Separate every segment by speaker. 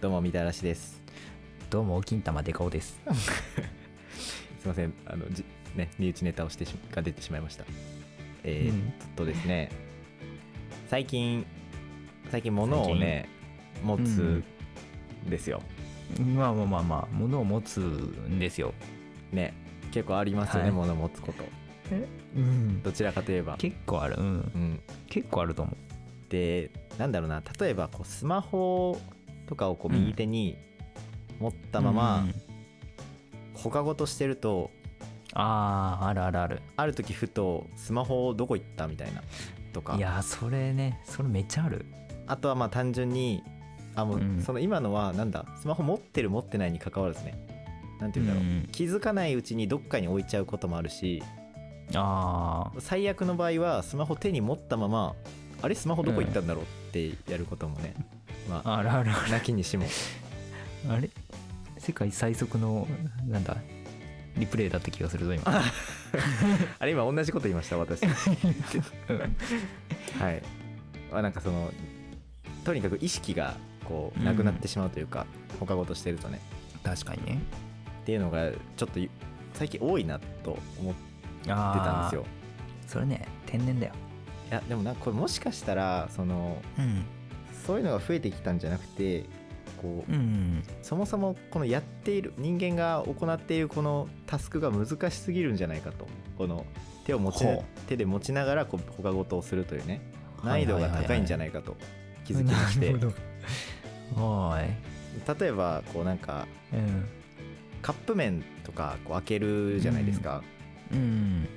Speaker 1: どうもみたらしです
Speaker 2: どうも金玉でかおです
Speaker 1: すいませんあのじね身内ネタをしてしが出てしまいましたえーっとです ね、最近最近物をね持つんですよ、
Speaker 2: まあまあまあまあ物を持つんですよ
Speaker 1: ね結構ありますよね、
Speaker 2: はい
Speaker 1: 物を持つこと
Speaker 2: うん
Speaker 1: どちらかといえば
Speaker 2: 結構あるうん
Speaker 1: うん
Speaker 2: 結構あると思
Speaker 1: でなんだろうな例えばこうスマホとかをこう
Speaker 2: うん
Speaker 1: 右手に持った
Speaker 2: う
Speaker 1: まま、
Speaker 2: うん
Speaker 1: 他ごとしてると
Speaker 2: あああるあるある
Speaker 1: ある時ふとスマホどこ行ったみたいなとか
Speaker 2: いやーそれねそれめっちゃある
Speaker 1: あとはまあ単純にあもう
Speaker 2: うん
Speaker 1: その今のはなんだスマホ持ってる持ってないに関わらずねなんて言うんだろう、
Speaker 2: うん
Speaker 1: 気づかないうちにどっかに置いちゃうこともあるし
Speaker 2: あー
Speaker 1: 最悪の場合はスマホ手に持ったままあれスマホどこ行ったんだろうってやることもね、まあ
Speaker 2: あるあるあ
Speaker 1: なきにしも
Speaker 2: るあれ世界最速のなんだリプレイだった気がするぞ今
Speaker 1: あれ今同じこと言いました 私はい、まあ、なんかそのとにかく意識がこうなくなってしまうというか、他ごとしてるとね
Speaker 2: 確かにね
Speaker 1: っていうのがちょっと最近多いなと思って
Speaker 2: あー
Speaker 1: たんですよ
Speaker 2: それね天然だよ
Speaker 1: いやでもなんかこれもしかしたらその
Speaker 2: うん
Speaker 1: そういうのが増えてきたんじゃなくてこう、
Speaker 2: うん
Speaker 1: そもそもこのやっている人間が行っているこのタスクが難しすぎるんじゃないかとこの手を持ち
Speaker 2: ほ
Speaker 1: 手で持ちながらこう他事をするというね難
Speaker 2: はいはいはいはい
Speaker 1: 易度が高いんじゃないかと気づきまして、
Speaker 2: なるほどおーい
Speaker 1: 例えばこうなんか
Speaker 2: うん
Speaker 1: カップ麺とかこう開けるじゃないですか、
Speaker 2: うん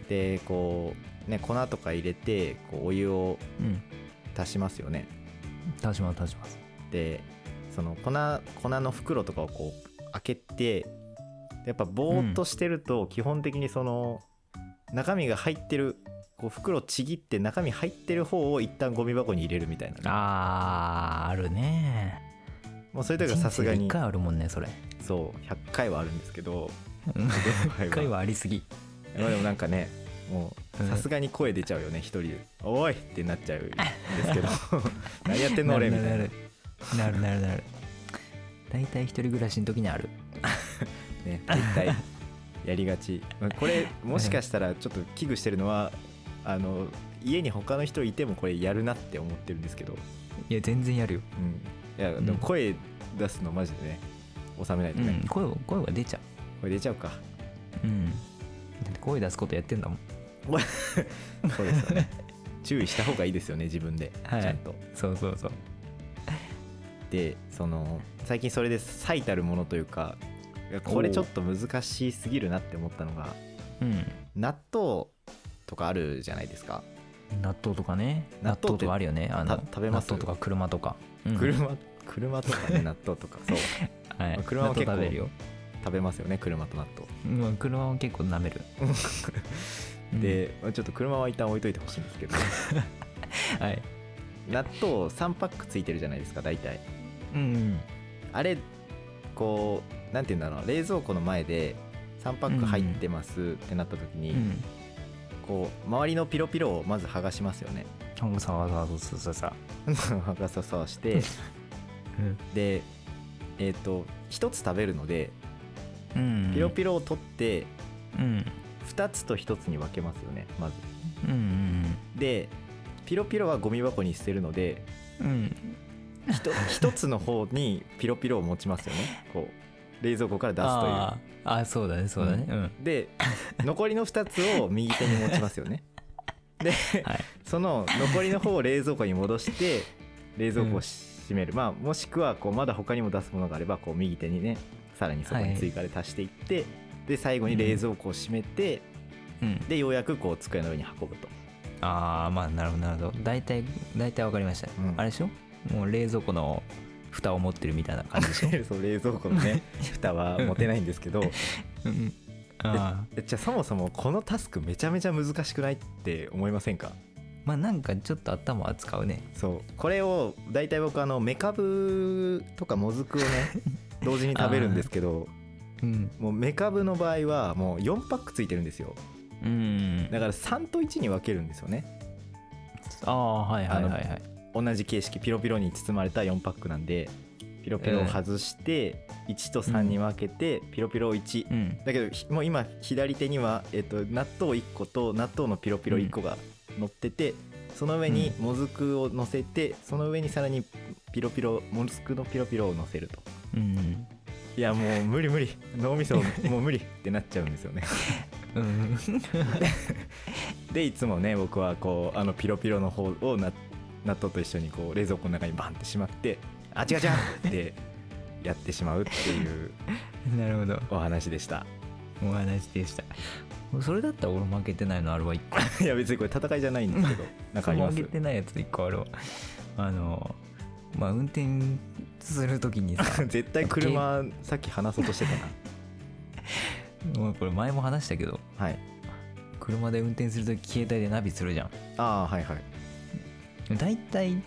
Speaker 1: でこう、ね、粉とか入れてこうお湯を
Speaker 2: うん
Speaker 1: 足しますよね
Speaker 2: 足します足します
Speaker 1: でその粉粉の袋とかをこう開けてやっぱぼーっとしてると基本的にその中身が入ってるこう袋ちぎって中身入ってる方を一旦ゴミ箱に入れるみたいな
Speaker 2: あーあるね
Speaker 1: もうそういう時はさすが
Speaker 2: 人生
Speaker 1: に
Speaker 2: 一回あるもんねそれ
Speaker 1: そう100回はあるんですけど
Speaker 2: 一回はありすぎ
Speaker 1: まあでもなんかねもう
Speaker 2: うん
Speaker 1: さすがに声出ちゃうよね一人で「おい!」ってなっちゃうんです けど「何やってんの俺」みたいな
Speaker 2: るなるなるなるなる大体一人暮らしの時にある
Speaker 1: ね大体やりがちまあこれもしかしたらちょっと危惧してるのはあの家に他の人いてもこれやるなって思ってるんですけど、
Speaker 2: いや全然やるよ
Speaker 1: うん、いや
Speaker 2: うん
Speaker 1: でも声出すのマジでね収めないと
Speaker 2: う
Speaker 1: ね、
Speaker 2: ん声を声が出ちゃ
Speaker 1: これ出ちゃうか
Speaker 2: ううんだって声出すことやってんだもん
Speaker 1: そうですよ ね注意した方がいいですよね自分で、
Speaker 2: はい
Speaker 1: ちゃんと
Speaker 2: そうそうそう
Speaker 1: でその最近それで最たるものというかいやこれちょっと難しすぎるなって思ったのが
Speaker 2: うん
Speaker 1: 納豆とかあるじゃないですか
Speaker 2: 納豆とかね
Speaker 1: 納
Speaker 2: 納
Speaker 1: 豆っ
Speaker 2: 豆
Speaker 1: て
Speaker 2: とかあるよねあの
Speaker 1: た食べます
Speaker 2: 納豆とか車とか、うん
Speaker 1: 車車とかね納豆とかそう
Speaker 2: はい
Speaker 1: まあ車は結構
Speaker 2: 納豆食べるよ、
Speaker 1: 食べますよね車と納豆
Speaker 2: うん、車は結構舐めるうん
Speaker 1: で、まあちょっと車は一旦置いといてほしいんですけど
Speaker 2: はい
Speaker 1: 納豆3パックついてるじゃないですか大体
Speaker 2: うん
Speaker 1: あれこうなんて言うんだろう冷蔵庫の前で3パック入ってますってなった時に、
Speaker 2: うん
Speaker 1: こう周りのピロピロをまず剥がしますよ ね
Speaker 2: うんさわさわさわさわさ
Speaker 1: 剥がささしてでえっ、と1つ食べるので
Speaker 2: うん
Speaker 1: ピロピロを取って
Speaker 2: うん
Speaker 1: 2つと1つに分けますよねまず
Speaker 2: うん
Speaker 1: でピロピロはゴミ箱に捨てるので
Speaker 2: うんうん
Speaker 1: ひと一つの方にピロピロを持ちますよねこう冷蔵庫から出すという
Speaker 2: あーあーそうだねそうだねうん、
Speaker 1: で残りの2つを右手に持ちますよ ねで、
Speaker 2: はい
Speaker 1: その残りの方を冷蔵庫に戻して冷蔵庫を閉める、まあもしくはこうまだ他にも出すものがあればこう右手にねさらにそこに追加で足していって、で最後に冷蔵庫を閉めて、
Speaker 2: うん、
Speaker 1: でようやくこう机の上に運ぶと
Speaker 2: ああまあなるほどなるほど大体大体わかりました、
Speaker 1: うん
Speaker 2: あれでしょもう冷蔵庫の蓋を持ってるみたいな感じでしょ
Speaker 1: そう冷蔵庫のね蓋は持てないんですけど
Speaker 2: うんうんあ
Speaker 1: えじゃあそもそもこのタスクめちゃめちゃ難しくないって思いませんか
Speaker 2: ーまあなんかちょっと頭は使うね
Speaker 1: そうこれを大体僕あのメカブとかもずくをね 同時に食べるんですけど
Speaker 2: うん
Speaker 1: もうメカブの場合はもう4パックついてるんですよ
Speaker 2: うん
Speaker 1: だから3と1に分けるんですよね
Speaker 2: ああはいはいはいはい
Speaker 1: 同じ形式ピロピロに包まれた4パックなんでピロピロを外して1と3に分けてピロピロを1、
Speaker 2: うん
Speaker 1: だけどひもう今左手には、えっと、納豆1個と納豆のピロピロ1個が乗ってて、その上に
Speaker 2: う
Speaker 1: もずくを乗せてその上にさらにピロピロもずくのピロピロを乗せると
Speaker 2: うん
Speaker 1: いやもう無理無理脳 みそもう無理ってなっちゃうんですよね
Speaker 2: うん
Speaker 1: でいつもね僕はこうあのピロピロの方をな納豆と一緒にこう冷蔵庫の中にバンってしまってあちがちゃってやってしまうっていう
Speaker 2: なるほど
Speaker 1: お話でした
Speaker 2: お話でしたそれだったら俺負けてないのあれは一個
Speaker 1: いや別にこれ戦いじゃないんですけどなんかありま
Speaker 2: 負
Speaker 1: す
Speaker 2: けてないやつ一個あるわあのまあ運転すると きにさ
Speaker 1: 絶対車さっき話そうとしてた な
Speaker 2: もうこれ前も話したけど
Speaker 1: はい
Speaker 2: 車で運転するとき携帯でナビするじゃ
Speaker 1: ああはいはい
Speaker 2: ん大体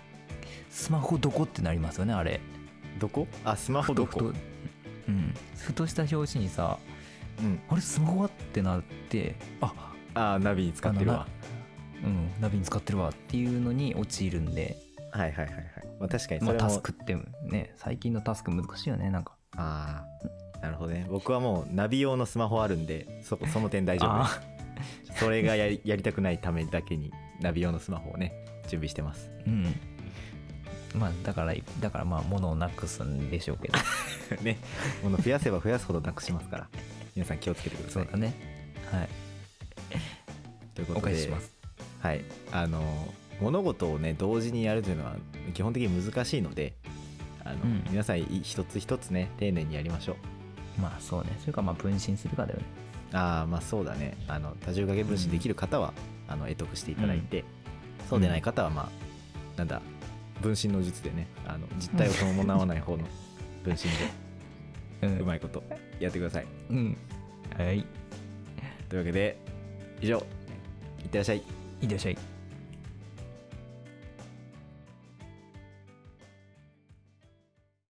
Speaker 2: スマホどこってなりますよねあれ
Speaker 1: どこあスマホどこ
Speaker 2: ふとうんふとした表紙にさ
Speaker 1: うん
Speaker 2: あれスマホはってなってあ
Speaker 1: ああナビに使ってるわ
Speaker 2: うんナビに使ってるわっていうのに陥るんで
Speaker 1: はいはいはいはい、まあ、確かにそ
Speaker 2: まあ
Speaker 1: れも、
Speaker 2: タスクってね最近のタスク難しいよねなんか
Speaker 1: ああなるほどね僕はもうナビ用のスマホあるんでそその点大丈夫
Speaker 2: あ
Speaker 1: ですそれがやり やりたくないためだけにナビ用のスマホをね準備して ます
Speaker 2: ーうんまあだからだからまあ物をなくすんでしょうけど
Speaker 1: ねもの増やせば増やすほどなくしますから皆さん気をつけてくだ
Speaker 2: そ
Speaker 1: さ
Speaker 2: う
Speaker 1: い
Speaker 2: だねはい
Speaker 1: ということ
Speaker 2: お
Speaker 1: で
Speaker 2: 返しします
Speaker 1: はいあの物事をね同時にやるというのは基本的に難しいのであの、
Speaker 2: うん
Speaker 1: 皆さんい一つ一つね丁寧にやりましょう
Speaker 2: まあそうねそれかまあ分身するかだよね
Speaker 1: ああまあそうだねあの多重掛け分子できる方は、あの得得していただいて、そうでない方はまあなんだ分身の術でねあの実体を伴わない方の分身
Speaker 2: う
Speaker 1: で
Speaker 2: ん
Speaker 1: うまいことやってください
Speaker 2: うんはい
Speaker 1: というわけで以上いってらっしゃい
Speaker 2: いってらっしゃい